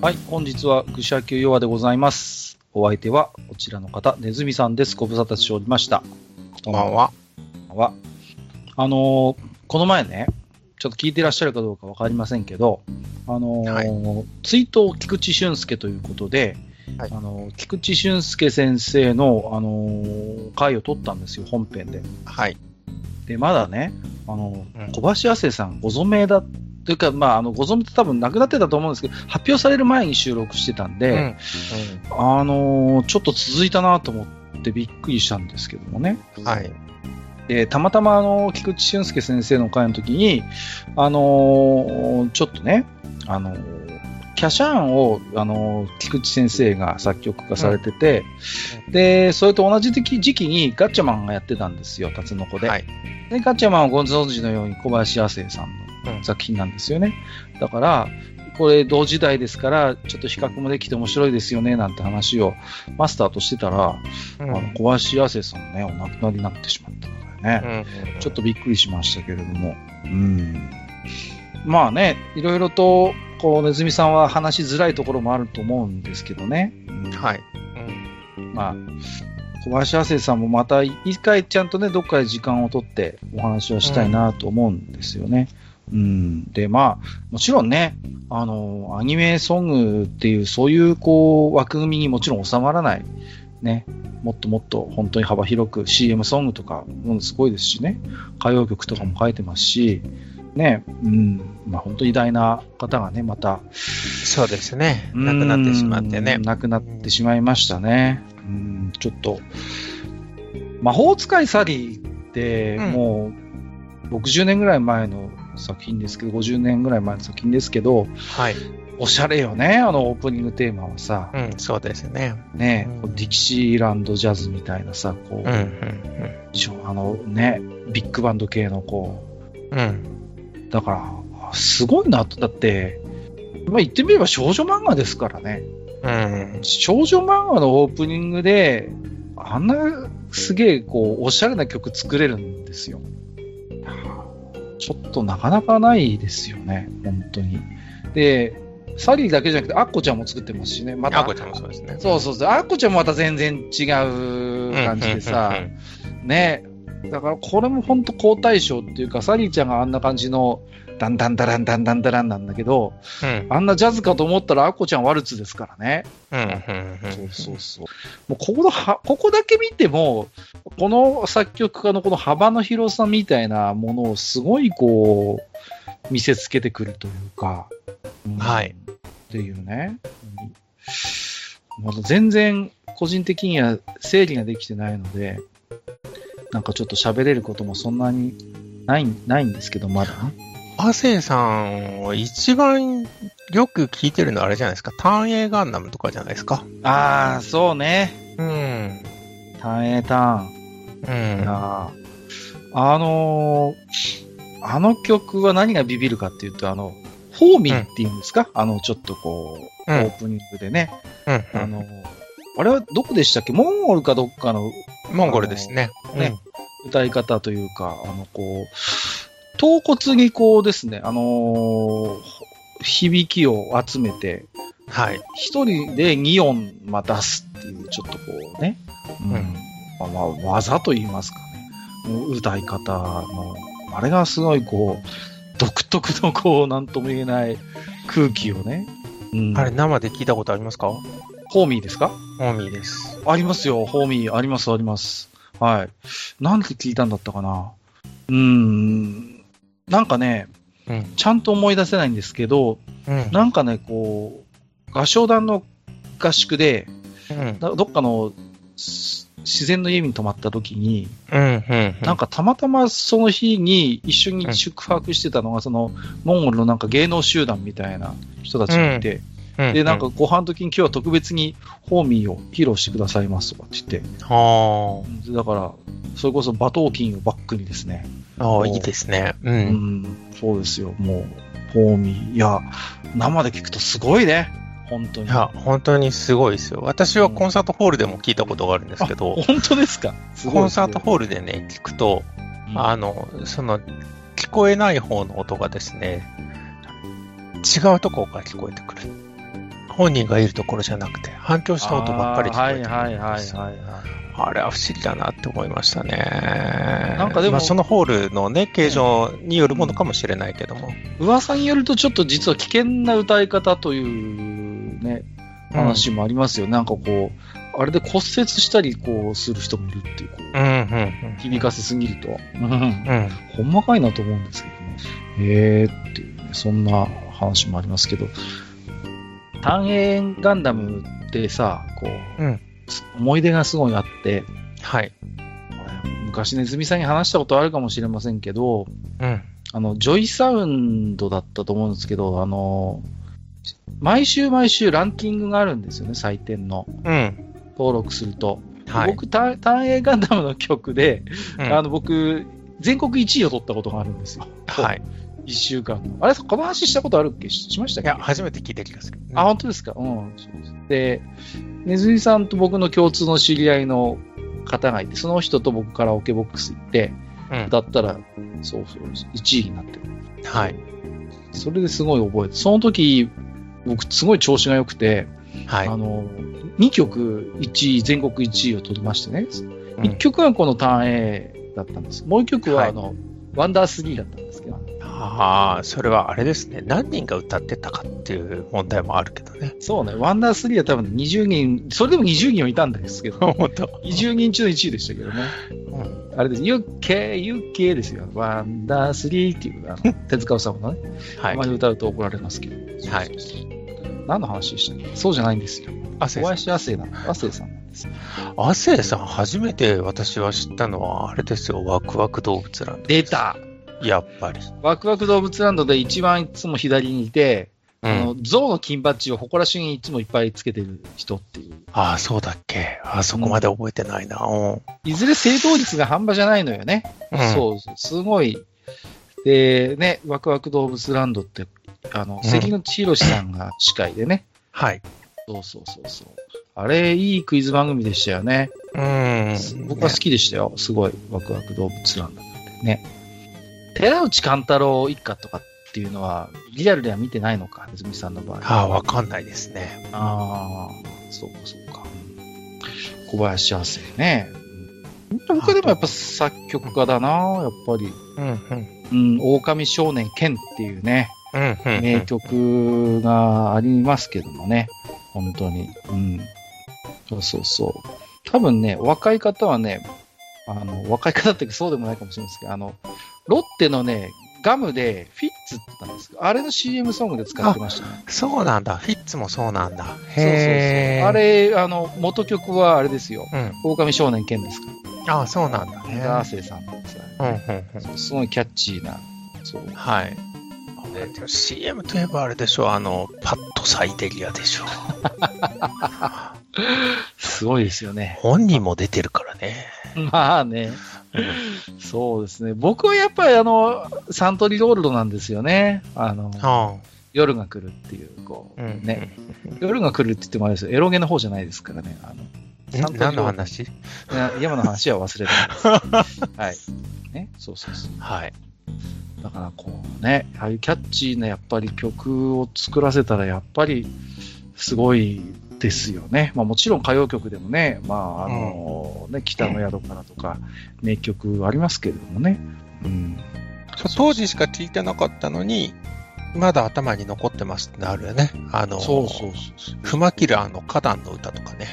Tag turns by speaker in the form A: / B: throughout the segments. A: はい、本日は愚者級ヨアでございます。お相手はこちらの方、ネズミさんです。ご無沙汰しておりました。
B: こんばんは。
A: こんばんは。あのーこの前ね、ちょっと聞いてらっしゃるかどうかわかりませんけど、あのー
B: は
A: 追悼菊池俊介ということで、
B: はい
A: あのー菊池俊介先生の、あのー回を取ったんですよ、本編で。
B: はい。
A: で、まだね、あのー
B: うん
A: 小林亜生さんご存命だというか、まあ、あのご存命って多分なくなってたと思うんですけど、発表される前に収録してたんで、
B: うん
A: あのーちょっと続いたなと思ってびっくりしたんですけどもね。
B: はい。
A: で、たまたまあの、菊池俊介先生の会の時に、あのーちょっとね、あのーキャシャーンを、あのー菊池先生が作曲化されてて、で、それと同じ時期時期にガッチャマンがやってたんですよ、タツノコで。
B: はい。
A: で、ガッチャマンはご存知のように小林亜生さん
B: うん
A: の作品なんですよね。だから、これ同時代ですから、ちょっと比較もできて面白いですよね、なんて話をマスターとしてたら、
B: う
A: あの
B: ん
A: 小林亜生さんね、お亡くなりになってしまったのでね、ちょっ
B: と、
A: とびっくりしましたけれども。うん。まあね、いろいろと、こう、ネズミさんは話しづらいところもあると思うんですけどね。うん
B: はい。
A: まあ、小林亜生さんもまた一回ちゃんとね、どっかで時間を取ってお話をしたいなと思うんですよね。うん、で、まあ、もちろんね、あの、アニメソングっていう、そういうこう、枠組みにもちろん収まらない。ね、もっともっと本当に幅広く CM ソングとかもすごいですしね、歌謡曲とかも書いてますし、ね、うん、まあ本当に偉大な方がね、また
B: そうですね。なくなってしまってね
A: うん。なくなってしまいましたね。うん、ちょっと、魔法使いサリーって、
B: うん
A: もう、60年ぐらい前の作品ですけど、50年ぐらい前の作品ですけど、
B: はい。
A: おしゃれよね、あのオープニングテーマはさ、
B: うん、そうですね。
A: ね
B: うん、
A: こうディキシーランドジャズみたいなさ、こ
B: う
A: う、
B: ん、
A: ちょあのね、ビッグバンド系のこう、
B: うん、うん。
A: だから、すごいなと、だって、まあ言ってみれば少女漫画ですからね。
B: うん。
A: 少女漫画のオープニングで、あんなすげえこう、おしゃれな曲作れるんですよ。ちょっとなかなかないですよね、本当に。で、サリーだけじゃなくて、アッコちゃんも作ってますしね、また。
B: あこちゃんもそうですね。
A: そうそうそう、アッコちゃんもまた全然違う
B: うん
A: 感じでさ、ね。だからこれも本当好対象っていうか、サリーちゃんがあんな感じの、ダンダンダランダンダンダランなんだけど、
B: うん、うん、
A: あんなジャズかと思ったらアッコちゃんワルツですからね。
B: うん、
A: そうそうそう。もうここのは、ここだけ見ても、この作曲家のこの幅の広さみたいなものをすごいこう、見せつけてくるというか、うん
B: はい。
A: っていうね。うんまだ全然個人的には整理ができてないので、なんかちょっと喋れることもそんなにないないんですけど、まだね。
B: 亜生さんを一番よく聞いてるのはあれじゃないですか。単影ガンダムとかじゃないですか。
A: ああ、そうね。
B: うん。
A: ターンエーターン。
B: うん。
A: ああのーあの曲は何がビビるかっていうと、あの、フォーミーっていうんですか、あの、ちょっとこう、
B: うん
A: オープニングでね。
B: うん。
A: あの、あれはどこでしたっけモンゴルかどっかの
B: モンゴルですね。
A: ね、歌い方というか、あの、こう、頭骨にこうですね、あのー響きを集めて、
B: うん。はい。
A: 一人で2音まあ出すっていう、ちょっとこうね、うん
B: うん
A: まあまあ、技と言いますかね、もう歌い方の、あれがすごいこう、独特のこう、なんとも言えない空気をね、うん、
B: あれ、生で聞いたことありますか
A: ホーミーですか
B: モミーです。
A: ありますよ、ホーミー、あります、あります。はい。なんて聞いたんだったかな。うーん、なんかね、
B: うん。
A: ちゃんと思い出せないんですけど、
B: うん。
A: なんかね、こう、合唱団の合宿で、
B: うん。
A: などっかのし自然の家に泊まった時に、
B: うん。うん。
A: なんかたまたまその日に一緒に宿泊してたのが、そのモンゴルのなんか芸能集団みたいな人たちがいて、
B: うん
A: で、なんか、ご飯の時に今日は特別にホーミーを披露してくださいますとかって言っ
B: は
A: て、だから、それこそ馬頭琴をバックにですね、
B: あ。ああ、いいですね。う。
A: うんん、そうですよ、もう、ホーミー、いや、生で聞くとすごいね、本当
B: い
A: に。
B: や、本当にすごいですよ。私はコンサートホールでも聞いたことがあるんですけど、
A: 本当ですかすごい
B: コンサートホールでね、聞くと、
A: うん
B: あの、その、聞こえない方の音がですね、違うとこから聞こえてくる。本人がいるところじゃなくて、反響した音ばっかり聞こえてくるんですよ
A: はいはいはいはいはい。
B: あれは不思議だなって思いましたね。
A: なんかでも
B: まあそのホールのね、形状によるものかもしれないけども。
A: 噂によると、ちょっと実は危険な歌い方というね、話もありますよ。なんかこう、あれで骨折したりこうする人もいるっていう、こ
B: うん、うん、
A: う響かせすぎると。
B: うん。うん。
A: ほんまかいなと思うんですけどね。へえーっていうね、そんな話もありますけど、単円ガンダムってさ、こう、
B: うん
A: 思い出がすごいあって、
B: はい。
A: 昔ねずみさんに話したことあるかもしれませんけど、
B: うん。
A: あの、ジョイサウンドだったと思うんですけど、あの、毎週毎週ランキングがあるんですよね、採点の。
B: うん。
A: 登録すると。
B: はい。
A: 僕、単単影ガンダムの曲で、
B: うん
A: あの、僕、全国1位を取ったことがあるんですよ。
B: はい。
A: 1週間の。あれ、この話したことあるっけししましたっ
B: い
A: け
B: や、初めて聞いた気がする。
A: あ、本当ですかうん。そうですで、ねずみさんと僕の共通の知り合いの方がいて、その人と僕カラオケボックス行って、
B: うん。
A: だったら、そうそう、1位になってる。
B: はい。
A: それですごい覚えて、その時、僕すごい調子が良くて、
B: はい
A: あ。の、2曲1位、全国1位を取りましてね、
B: うん
A: 1曲はこのターン A だったんです。もう1曲は、
B: はい
A: あの、ワンダースリーだったんですけど、
B: ああ、それはあれですね。何人が歌ってたかっていう問題もあるけ どね。
A: そうね、ワンダースリーは多分20人、それでも20人はいたんです けど、
B: 本当。
A: 20人中の1位でしたけどね。
B: うん
A: あれです、UK、UK ですよ。ワンダースリーっていう、あの手塚治虫の ね、
B: は
A: あ
B: い
A: ま。り歌うと怒られますけど。
B: はい
A: そうそうそう。何の話でしたっけそうじゃないんですよ。
B: 亜生
A: 小
B: さん
A: 林亜生なん亜生さんなんです。
B: 亜生さん、初めて私は知ったのは、あれですよ。ワクワク動物ランド。
A: 出た
B: やっぱり。
A: ワクワク動物ランドで一番いつも左にいて、
B: う
A: あ
B: ん。
A: の象の金バッジを誇らしげにいつもいっぱいつけてる人っていう。
B: ああ、そうだっけ。あそこまで覚えてないな。うん。
A: いずれ正当率が半端じゃないのよね。
B: うん
A: そうそう、すごい。で、ね、ワクワク動物ランドって、あの、
B: うん
A: 関口宏さんが司会でね。
B: はい。
A: そうそうそうそう。あれ、いいクイズ番組でしたよね。
B: うん。
A: 僕は好きでしたよ。すごい、ワクワク動物ランドなんてね。寺内勘太郎一家とかっていうのは、リアルでは見てないのか、泉さんの場合。
B: ああ、わかんないですね。
A: ああ、そうかそうか。小林亜生ね。他でもやっぱ作曲家だな、やっぱり。
B: うん、うん。
A: うん、狼少年剣っていうね、
B: うん、うん。
A: 名曲がありますけどもね、本当に。うん。そうそうそう。多分ね、お若い方はね、あの、お若い方っていうかそうでもないかもしれないですけど、あの、ロッテのね、ガムでフィッツって言ったんですけどあれの CM ソングで使ってましたね。
B: そうなんだ。フィッツもそうなんだ。
A: そうそう
B: へ
A: そ
B: え。
A: う。あれ、あの、元曲はあれですよ。
B: うん。
A: 狼少年剣ですか
B: ああ、そうなんだ
A: ら。ね、ダー
B: ね。
A: セイさんなんですよ
B: うん、うん、
A: そうすごいキャッチーな。そう。
B: うん。はい。で CM といえばあれでしょあの、パッとサイデリアでしょ
A: すごいですよね。
B: 本人も出てるからね。
A: まあね。そうですね。僕はやっぱりあの、サントリーゴールドなんですよね。あの、
B: あ
A: 夜が来るっていう、こ
B: あ、
A: う、
B: うん。
A: ね。夜が来るって言ってもあれですよ。エロゲの方じゃないですからね。あの、
B: う
A: サ
B: ん。
A: ントリー
B: 何の話
A: いや山の話は忘れて ないです。はい。ね。そうそうそう。
B: はい。
A: だからこうね、ああいうキャッチーなやっぱり曲を作らせたらやっぱりすごいですよね。まあもちろん歌謡曲でもね、まああのね、北の宿からとか名曲ありますけれどもね。うん。
B: 当時しか聞いてなかったのに、まだ頭に残ってますってなるよね。あの、
A: そうそうそう。
B: フマキラーの花壇の歌とかね。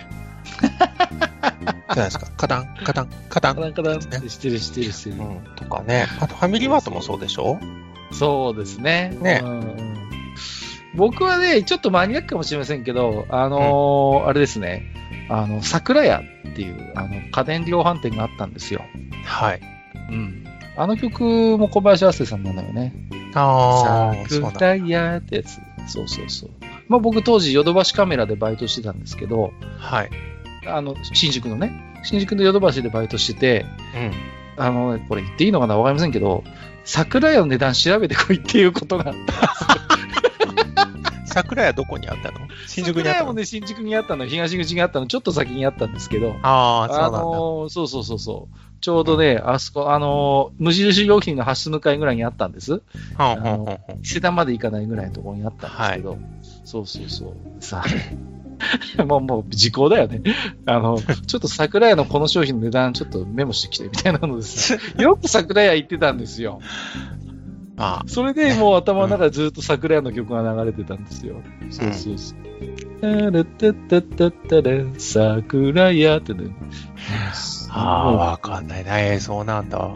B: じゃないですか。花壇、花壇、花
A: カ
B: 壇。
A: ランカランってしてるしてるしてる
B: う。ん、とかね。あと、ファミリーマートもそうでしょ
A: そうですね。
B: ね
A: うんうん僕はね、ちょっとマニアックかもしれませんけど、あのーあれですね、あの、桜屋っていう、あの、家電量販店があったんですよ。
B: はい。
A: うん。あの曲も小林亜生さんなのよね。
B: ああ、そうなんだ。
A: 桜屋ってやつ。そうそうそう。まあ僕当時ヨドバシカメラでバイトしてたんですけど、
B: はい。
A: あの、新宿のね、新宿のヨドバシでバイトしてて、
B: うん。
A: あの、これ言っていいのかなわかりませんけど、桜屋の値段調べてこいっていうことが、
B: 桜屋どこにあったの 新宿に
A: 桜
B: あっ
A: 屋
B: たの
A: もね、新宿にあったの、東口にあったの、ちょっと先にあったんですけど、
B: ああ、そうなんだ。
A: のーそうそうそうそう。ちょうどね、あそこ、あのー無印良品の端向かいぐらいにあったんです。
B: はんはんはんはん。
A: 伊勢丹まで行かないぐらいのところにあったんですけど、そうそうそう。さあ、 もう、もう、時効だよね。あの、ちょっと桜屋のこの商品の値段ちょっとメモしてきてみたいなのです、 よく桜屋行ってたんですよ。
B: まあ、
A: それでもう頭の中でずっと桜屋の曲が流れてたんですよ。そうそうそう。タラタタタタレ桜屋ってね。
B: ああ、わかんないな。えーそうなんだ。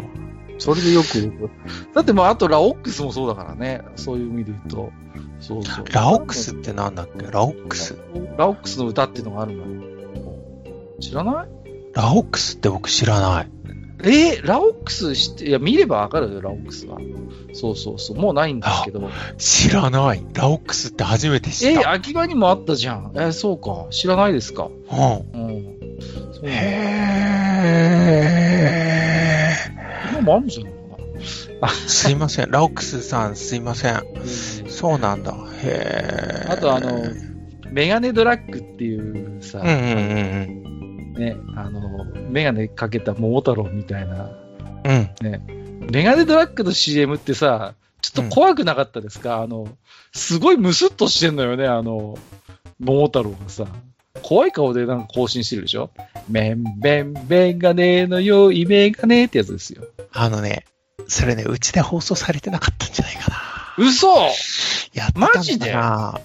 A: それでよく、だってもうあとラオックスもそうだからね。そういう意味で言うと。そうそう。
B: ラオックスってなんだっけラオックス。
A: ラオックスの歌っていうのがあるのよ。知らない
B: ラオックスって僕知らない。
A: えーラオックス知って、いや、見ればわかるよ、ラオックスは。そうそうそう。もうないんですけど。
B: 知らない。ラオックスって初めて知
A: え
B: っ
A: ー、
B: た。
A: 秋葉にもあったじゃん。えーそうか。知らないですか。
B: うん。
A: うん。そうなんだ
B: へー。
A: 今もあるんじゃないか
B: すいません。ラオックスさん、すいません。
A: な。
B: そうなんだ。へー。
A: あとあの
B: うん、
A: メガネドラッグっていうさ、
B: うんうん
A: ね、あの、メガネかけた桃太郎みたいな、
B: うん。うん。
A: メガネドラッグの CM ってさ、ちょっと怖くなかったですか、あの、すごいムスッとしてんのよね、あの、桃太郎がさ。怖い顔でなんか更新してるでしょメンメンメガネの良いメガネってやつですよ。
B: あのね、それね、うちで放送されてなかったんじゃないかな。
A: 嘘
B: やってたんだな
A: マジで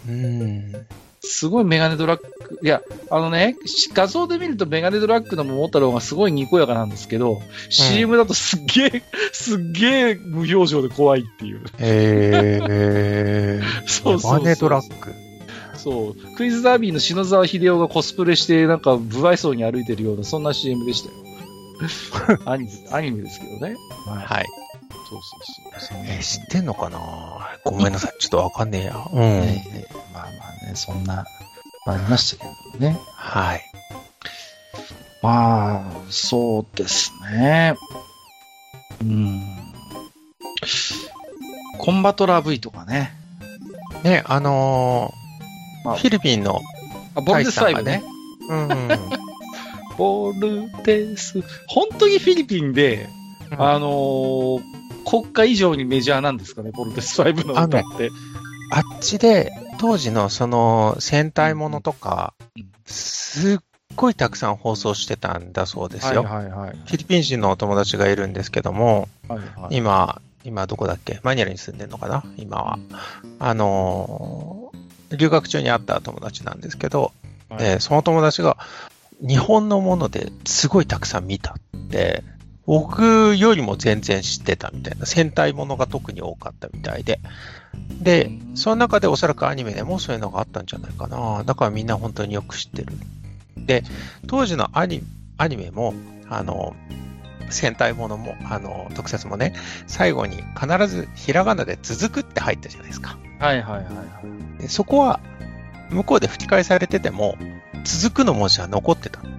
B: うん。
A: すごいメガネドラッグ、いや、あのね、し画像で見るとメガネドラッグの桃太郎がすごいにこやかなんですけど、CM だとすっげえ、すっげえ無表情で怖いっていう。
B: えー。
A: そうそうそう
B: マネートラック。
A: そう。クイズダービーの篠沢秀夫がコスプレして、なんか、不愛想に歩いてるような、そんな CM で したよ。アニメ、アニメですけどね。はい。
B: はい。
A: そうそうそう。
B: えー、知ってんのかなごめんなさい。ちょっとわかんねえや。うん。
A: ねまあまあね、そんな、ありましたけどね。
B: はい。
A: まあ、そうですね。うん。コンバトラー V とかね。
B: ね、あのー
A: まあ
B: フィリピンの、
A: あ、ボルテス5ね。
B: うん。
A: ボルテス。本当にフィリピンで、あのー国家以上にメジャーなんですかね、ボルテス5の歌って。
B: あっちで、当時のその戦隊ものとか
A: うん、
B: すっごいたくさん放送してたんだそうです
A: はい
B: よ。
A: はいはい。
B: フィリピン人のお友達がいるんですけども、
A: はいはい、
B: 今、今どこだっけマニラに住んでるのかな今は。あのー留学中に会った友達なんですけど、
A: はい
B: えーその友達が日本のものですごいたくさん見たって、僕よりも全然知ってたみたいな、戦隊ものが特に多かったみたいで。で、その中でおそらくアニメでもそういうのがあったんじゃないかな。だからみんな本当によく知ってる。で、当時のアニアニメも、あの、戦隊ものも、あの、特撮もね、最後に必ずひらがなで続くって入ったじゃないですか。
A: はいはいはいはい。
B: でそこは、向こうで吹き替えされてても、続くの文字は残ってた。
A: はい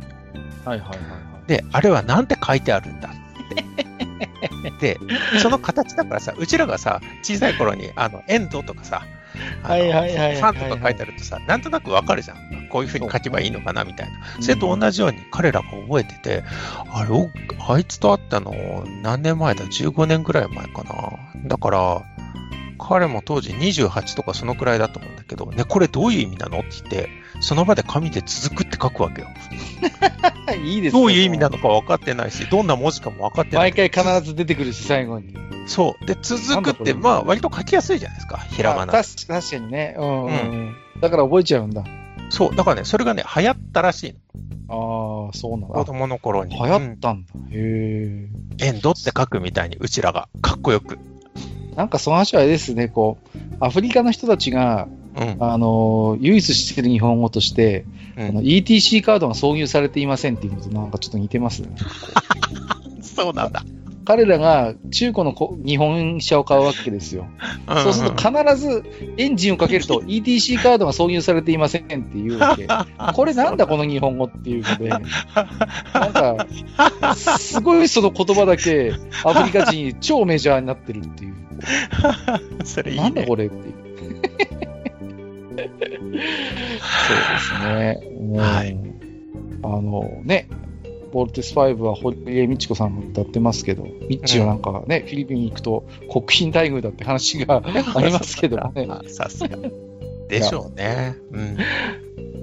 A: はいはいはい。
B: で、あれはなんて書いてあ るんだって。で、その形だからさ、うちらがさ、小さい頃に、あの、エンドとかさ、あの
A: はいはいはいはい
B: ファンとか書いてあるとさ、なんとなくわかるじゃん。こういう風に書けばいいのかなみたいな。それと同じように彼らも覚えてて、あれ、おあいつと会ったの何年前だ ?15 年ぐらい前かな。だから、彼も当時28とかそのくらいだと思うんだけど、ね、これどういう意味なのって言って、その場で紙で続くって書くわけよ。
A: うん。いいですね
B: どういう意味なのか分かってないし、どんな文字かも分かってない。
A: 毎回必ず出てくるし、最後に。
B: そう。で、続くっ
A: な
B: て、
A: んだこれ
B: まあ、割と書きやすいじゃないですか、ひらが
A: あ
B: な。
A: 確か確かにね。うん、うんうん。だから覚えちゃうんだ。
B: そう。だからね、それがね、流行ったらしいの。
A: ああ、そうなんだ。
B: 子
A: あ
B: 供の頃に。
A: 流行
B: うん
A: ったんだ。へ
B: エンドって書くみたいに、うちらが。かっこよく。
A: え。なんかその話はあれですね、こう、アフリカの人たちが、
B: うん。
A: あのー唯一知ってる日本語として、
B: うん
A: あの ETC カードが挿入されていませんっていうのとなんかちょっと似てますね。
B: そうなんだ。
A: 彼らが中古のこ日本車を買うわけですよ。そうすると必ずエンジンをかけると ETC カードが挿入されていませんっていうわけ。これなんだこの日本語っていうので、なんか、すごいその言葉だけアフリカ人に超メジャーになってるっていう。
B: うんそれいいね。
A: なんだこれっていう。 そうですね。もう
B: はい
A: あのね、ボルテス5は堀江美智子さんも歌ってますけど、ミッチーはなんかね、フィリピンに行くと国賓待遇だって話 がありますけどね。
B: あさすが。でしょうね。うん、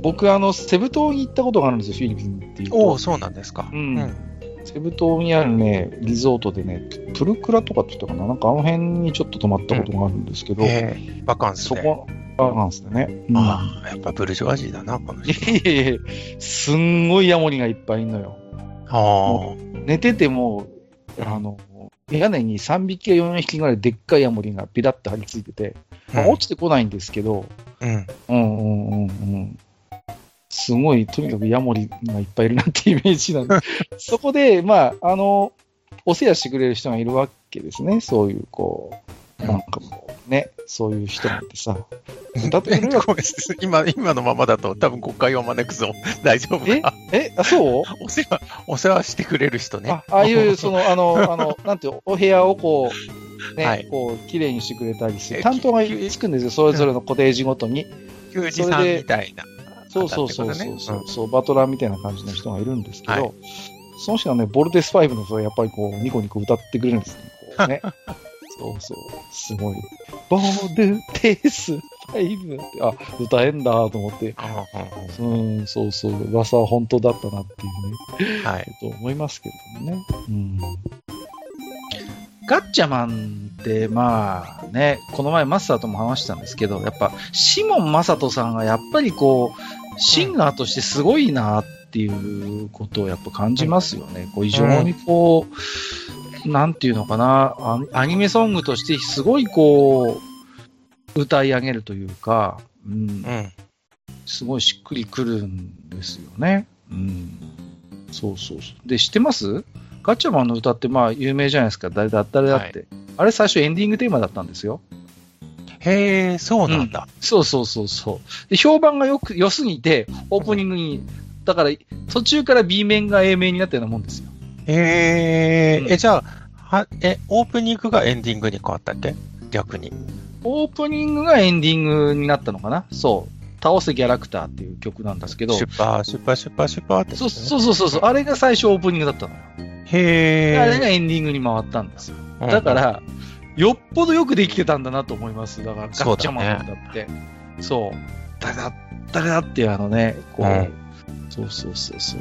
A: 僕、あの、セブ島に行ったことがあるんですよ、フィリピンっていうと。
B: おお、そうなんですか。
A: うんセブ島にあるね、リゾートでね、プルクラとかって言ったかな、なんかあの辺にちょっと泊まったことがあるんですけど、
B: ええバカンス
A: そ
B: で。
A: こなんですね。うん
B: ああ、やっぱブルジョワジーだな、この
A: い
B: 人。
A: やいやいや、すんごいヤモリがいっぱいいるのよ。
B: ああ。
A: 寝てても、あの、屋根に3匹や4匹ぐらいでっかいヤモリがピラッと張り付いてて、まあ
B: うん
A: 落ちてこないんですけど、
B: うん。
A: うんうんうんうん。すごい、とにかくヤモリがいっぱいいるなってイメージなんで、そこで、まあ、あの、お世話してくれる人がいるわけですね、そういう、こう、なんかこう、ね、そういう人なんてさ。だ って
B: えごめん今、今のままだと多分誤解を招くぞ。 大丈夫
A: え
B: か
A: え、あ、そう
B: お世話、お世話してくれる人ね。
A: あああいう、その、あ の、あの、なんていう、お部屋をこう、ね、
B: はい
A: こう、綺麗にしてくれたりして、
B: え
A: 担当がつくんですよ、それぞれのコテージごとに。
B: 球児さ
A: そ
B: ん
A: れで
B: みたいな。
A: そうそうそう
B: 方って
A: そ
B: こ
A: うそ
B: とね
A: う、そうバトラーみたいな感じの人がいるんですけど、
B: はい
A: その人はね、ボルテス5の人はやっぱりこう、ニコニコ歌ってくれるんですね。こ うねそうそう、すごい。ボルテス5って、あ、歌えんだと思って、
B: うんうんう
A: うん、そうそう、噂は本当だったなっていうね。
B: んはい。
A: と思いますけどもね。うん、ガッチャマンって、まあね、この前マスターとも話したんですけど、やっぱシモン・マサトさんがやっぱりこう、シンガーとしてすごいなっていうことをやっぱ感じますよね。こう異常にこう、なんていうのかな、アニアニメソングとしてすごいこう、歌い上げるというか、うん
B: う、ん。
A: すごいしっくりくるんですよね。うん。そうそうそう。で、知ってますガッチャマンの歌ってまあ有名じゃないですか。誰だったらだって、あれ最初エンディングテーマだったんですよ。
B: へえ、そうなんだ。
A: そうそうそうそう。で、評判がよく、良すぎて、オープニングに、だから途中から B 面が A 面になったようなもんですよ。うん
B: へえ、え、じゃあ、は、え、オープニングがエンディングに変わったっけ逆に。
A: オープニングがエンディングになったのかなそう。倒せギャラクターっていう曲なんですけど、
B: シ
A: そう
B: ュパー、シュパー、シュパー、シュパーって。
A: そうそうそうそう。あれが最初オープニングだったのよ。
B: へ
A: で
B: え。
A: あれがエンディングに回ったんですよ。だか
B: うん、
A: ら、よっぽどよくできてたんだなと思います。だから、ガ
B: そ
A: ッ
B: う
A: チャ
B: だね
A: マンだって。そう。だだ、だだっていうあのね、こう、
B: うん
A: そうそうそうそう。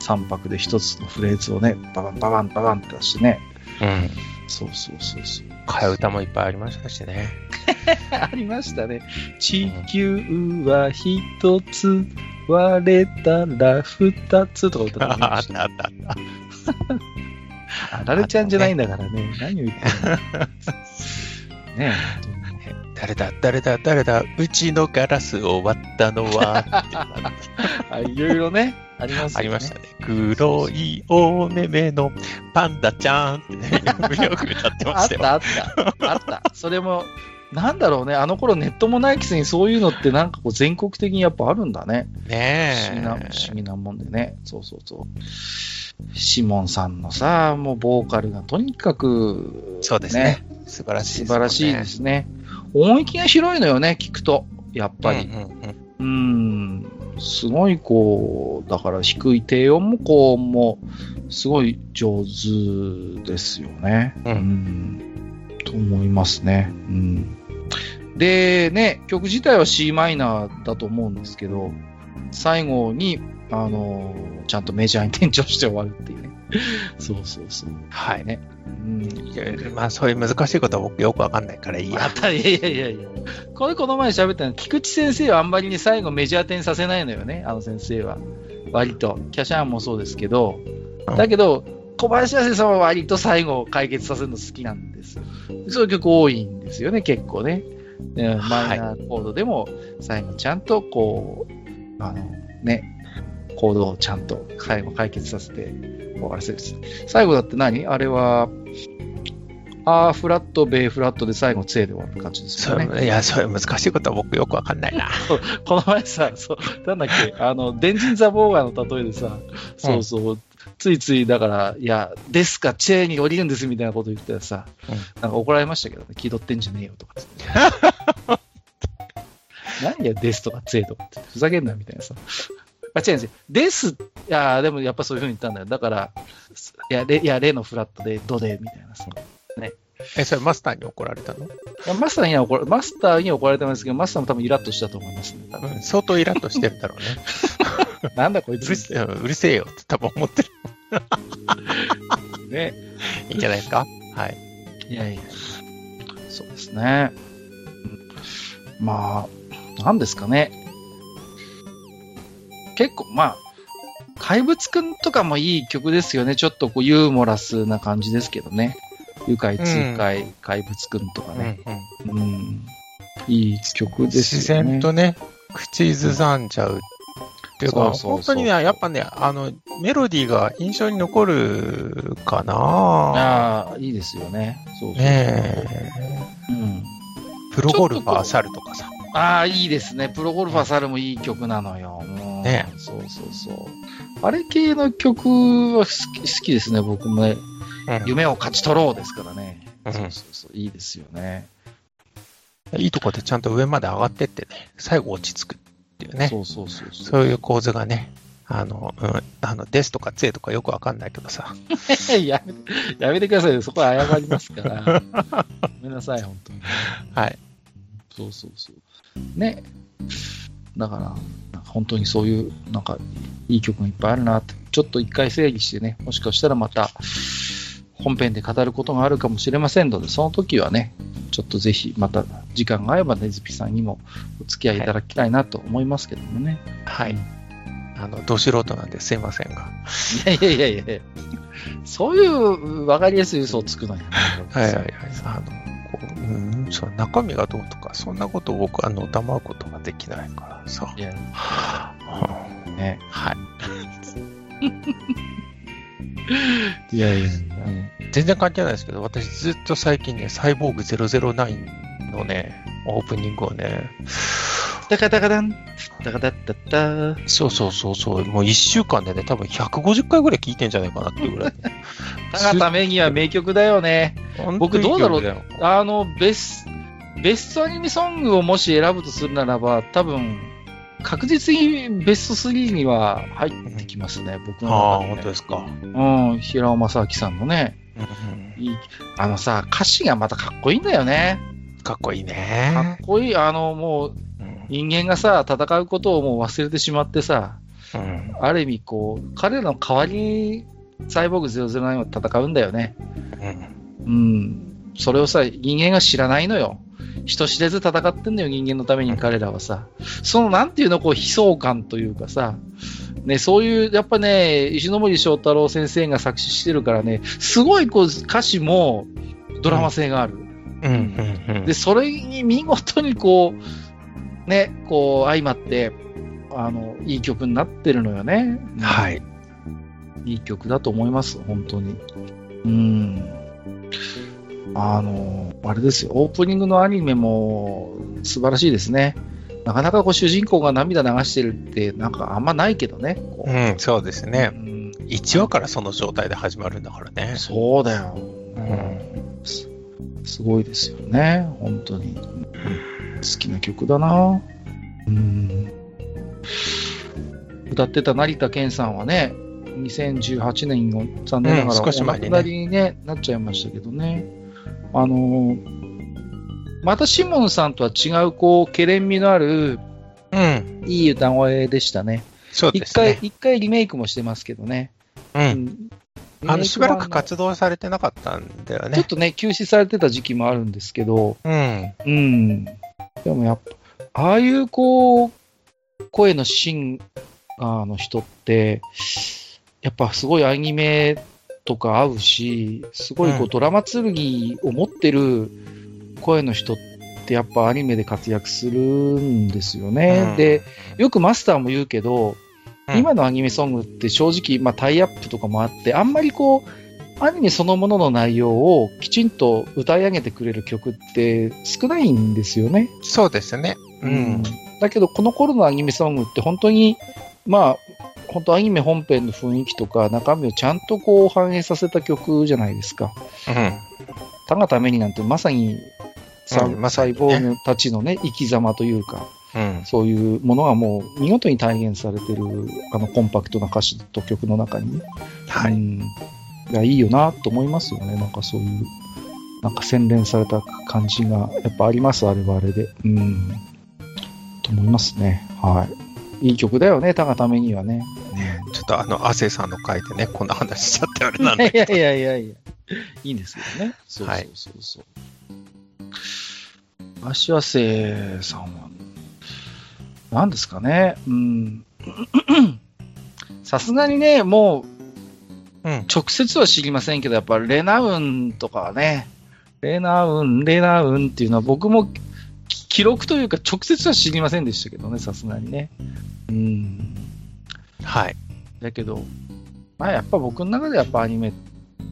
A: 三拍で一つのフレーズをね、ババンババンババンって出してね。
B: うん。
A: そうそうそう そう。
B: 替え歌もいっぱいありましたし ね。
A: ありましたね。地球は一つ、割れたら二つとか歌ってま したね。
B: あったあっ
A: あられちゃんじゃないんだからね。何を言って るのねえ本当に。
B: た。誰だ誰だ誰だうちのガラスを割ったのは っていうのが
A: あいろいろね、ありますよね。
B: ありましたね。黒いお目目のパンダちゃんってね、よく歌ってま
A: あっ
B: したよ。
A: たあった。あった。それも、なんだろうね、あの頃ネットもないくせにそういうのってなんかこう全国的にやっぱあるんだね。不
B: ね
A: 思議な、不
B: え
A: 思。議なもんでね。そうそうそう。シモンさんのさ、もうボーカルがとにかく、
B: そうですね。。素晴らしい
A: 素
B: ですも
A: 晴らしい
B: んね。
A: ですね。音域が広いのよね、聞くと。やっぱり。
B: うんうんうん
A: うーん、すごいこう、だから低い低音も高音も、すごい上手ですよね。
B: うん
A: んと思いますね。うん。で、ね、曲自体は c マイナーだと思うんですけど、最後に、あの、ちゃんとメジャーに転調して終わるっていうね。そうそうそう。
B: はい。
A: ね。うん。
B: いろいろまあ、そういう難しいことは僕よくわかんないからいい
A: ま
B: や。
A: た、いやいやいやいや。 これこの前喋ったの、菊池先生はあんまりね、最後メジャー点させないのよね、あの先生は。割と。キャシャーンもそうですけど。だけど、小林亜生さんは割と最後解決させるの好きなんですよ。そういう曲多いんですよね、結構ね。うんマ
B: は
A: イ
B: い
A: ナーコードでも、最後ちゃんとこう、あの、ね、コードをちゃんと最後解決させて終わらせる。最後だって何あれは、A フラット、B フラットで最後、杖で終わる感じです
B: そ
A: よね。
B: ういや、そういう難しいことは僕よくわかんないな。
A: この前さ、 そう、なんだっけ、あの、電人ザ・ボーガーの例えでさ、そうそう、ついついだから、いや、ですか、チェーンに降りるんですみたいなこと言ったらさ、
B: うん
A: なんか怒られましたけどね、気取ってんじゃねえよとかっつって。 何や、ですとか、チェーとかって、ふざけんなみたいなさ。あ、違うんですよ。です。いやー、でもやっぱそういう風に言ったんだよ。だから、いや、レ、いや、レのフラットで、ドで、みたいな。その
B: え、それマスターに怒られたの、
A: いやマスターには怒ら、マスターには怒られてますけど、マスターも多分イラッとしたと思いますね。多分
B: うん、相当イラッとしてるんだろうね。
A: なんだこいうつ
B: るせ うんうるせえよって多分思ってる。
A: ね。
B: いいんじゃないですかはい。
A: いやいや。そうですね。うんまあ、なんですかね。結構、まあ、怪物くんとかもいい曲ですよね。ちょっとこうユーモラスな感じですけどね。愉快、痛快、怪物くんとか
B: うんう
A: ね。
B: ん
A: うん。いい曲です
B: 自
A: よね。
B: 然とね、口ずさんじゃう。っていうか、
A: そうそうそう
B: 本当にね、やっぱね、あの、メロディーが印象に残るかな
A: ああ、いいですよね。そうそうそう。
B: ね
A: うん、
B: え。プロゴルファー猿とかさ。
A: ああ、いいですね。プロゴルファー猿もいい曲なのよ。もう
B: ね
A: そうそうそう。あれ系の曲は好き好きですね、僕もね。
B: うん
A: 夢を勝ち取ろうですからね。
B: うん
A: そうそうそう。いいですよね。
B: いいとこでちゃんと上まで上がってってね、最後落ち着くっていうね。
A: そうそうそうそう。
B: そういう構図がね、あの、うん、あの、ですとかぜとかよくわかんないけどさ。
A: やめやめてくださいよ。そこは謝ります から。ごめんなさい、本当に。
B: はい。
A: そうそうそう。ね。だから、なんか本当にそういう、なんか、いい曲がいっぱいあるなって、ちょっと一回整理してね、もしかしたらまた、本編で語ることがあるかもしれませんので、その時はね、ちょっとぜひ、また、時間があれば、ねずぴさんにもお付き合いいただきたいなと思いますけどもね。
B: はい。あの、ど素人なんですいませんが。
A: い、やいやいやいやそういう分かりやすい嘘をつくのよ。
B: はいはいはい。あの、こう、うん、その中身がどうとか、そんなことを僕、あの、黙ることができないからさ。
A: いや
B: は
A: ね
B: い。はい
A: やいやい
B: い。全然関係ないですけど、私ずっと最近ね、サイボーグ009のね、オープニングをね、
A: タカタカダン、タカタッタッター。
B: そうそうそうそう、もう1週間でね、多分150回ぐらい聞いてんじゃないかなっていうぐらい。
A: 高田めには名曲だよね。 僕どうだろう
B: う
A: あの、ベス、ベストアニメソングをもし選ぶとするならば、多分、確実にベスト3には入ってきますね、僕
B: ああ、
A: の中
B: 本当
A: で、ね。
B: ですか。
A: うん、平尾正明さんのね、いい、あのさ、歌詞がまたかっこいいんだよね。
B: かっこいい
A: かっ
B: ね。
A: こいい、あの、もう、
B: うん
A: 人間がさ、戦うことをもう忘れてしまってさ、
B: うん
A: ある意味こう、彼らの代わりに、サイボーグ009は戦うんだよね。う
B: うん
A: ん、それをさ、人間が知らないのよ。人知れず戦ってんのよ、人間のために彼らはさ。その、なんていうの、こう、悲壮感というかさ、ね、そういう、やっぱね、石ノ森章太郎先生が作詞してるからね、すごいこう、歌詞もドラマ性がある。
B: うんうんうん
A: で、それに見事にこう、ね、こう、相まって、あの、いい曲になってるのよね。
B: はい。
A: いい曲だと思います、本当に。うん。あの、あれですよ、オープニングのアニメも素晴らしいですね。なかなかこう主人公が涙流してるって、なんかあんまないけどね。こう
B: うん、そうですね。
A: うん
B: 1話からその状態で始まるんだからね。
A: そうだよ。
B: うん
A: すすごいですよね、本当に。うん好きな曲だな。うん。歌ってた成田健さんはね、2018年の残念ながら、
B: うん少し前にね
A: お亡くなりに、ね、なっちゃいましたけどね。あのーまたシモンさんとは違う、こう、けれんみのある、
B: うん、
A: いい歌声でしたね。
B: そうで
A: 一
B: す
A: 回、
B: ね。
A: 一回リメイクもしてますけどね。
B: う。
A: うんん
B: あの、しばら
A: リ
B: く
A: メイク版の
B: 活動されてなかったんだよ
A: ちょっ
B: ね。
A: とね、休止されてた時期もあるんですけど、
B: うん。
A: うん。でもやっぱ、ああいうこう、声のシンガーの人って、やっぱすごいアニメとか合うし、すごいこ
B: う
A: うんドラマ剣を持ってる声の人ってやっぱアニメで活躍するんですよね。
B: うん
A: で、、よくマスターも言うけど、
B: うん
A: 今のアニメソングって正直、まあ、タイアップとかもあって、あんまりこう、アニメそのものの内容をきちんと歌い上げてくれる曲って少ないんですよね。
B: そうですね。うん。
A: だけど、この頃のアニメソングって本当に、まあ、本当アニメ本編の雰囲気とか中身をちゃんとこう反映させた曲じゃないですか。たがためになんてまさにサ,、
B: うんまさ
A: サイ
B: にね
A: ボーグたちのね、生き様というか、
B: うん。
A: そういうものがもう見事に体現されてる、あのコンパクトな歌詞と曲の中にね。
B: は
A: う
B: い。
A: ん、いや、いいよなと思いますよね。なんかそういう、なんか洗練された感じが、やっぱあります、あれはあれで。うん。と思いますね。はい。いい曲だよね、たがためにはね。
B: ちょっとあの、亜生さんの回でね、こんな話しちゃってあれ
A: い
B: なん
A: や
B: で。
A: いやいやいやいや。いいんですけどね。そうそうそうそう。足汗さんは、何ですかね。うん。さすがにね、もう、
B: うん。
A: 直接は知りませんけど、やっぱレナウンとかはね、レナウン、レナウンっていうのは僕もき記録というか直接は知りませんでしたけどね、さすがにね。うん。
B: はい。
A: だけど、まあやっぱ僕の中ではやっぱアニメ、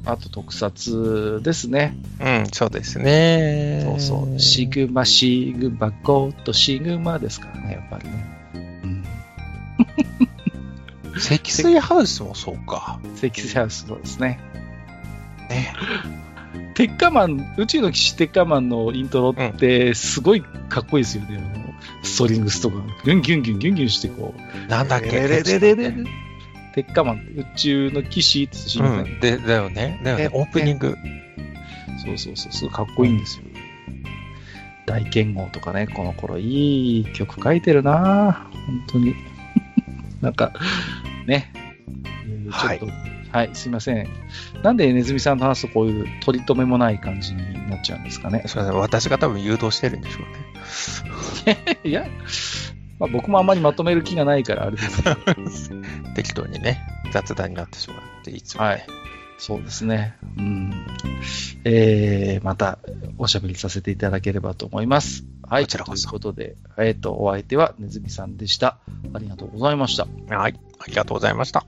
A: あと特撮ですね。
B: うん、そうですね。
A: そうそう。シグマ、シグマ、ゴーとシグマですからね、やっぱりね。うん。
B: 積水ハウスもそうか。
A: セキサウスそうですね。
B: ね。
A: 鉄火マン、宇宙の騎士鉄火マンのイントロって、すごいかっこいいですよね。あのストリングスとか、ギュンギュンギュンギュンギュンしてこう。
B: なんだっけ。
A: レレレレレレ鉄火マン、宇宙の騎士って知り
B: う
A: ません、
B: ん。で、だよね。だよね
A: ね。
B: オープニング。
A: そうそうそう、すごいかっこいいんですよ。大剣豪とかね、この頃いい曲書いてるなぁ本当に。 なんか、ね。えー
B: はい
A: ちょっとはい、すいません。なんでネズミさんと話すとこういう取り留めもない感じになっちゃうんですかね。
B: そうだね私が多分誘導してるんでしょうね。
A: いや、 まあ、僕もあんまりまとめる気がないから、あれですけど。
B: 適当にね、雑談になってしまって、いつも、ね。
A: はい。そうですね。うん。えー、またおしゃべりさせていただければと思います。はい。
B: こちらこそ
A: ということで、えっ、と、お相手はねずみさんでした。ありがとうございました。
B: はい。ありがとうございました。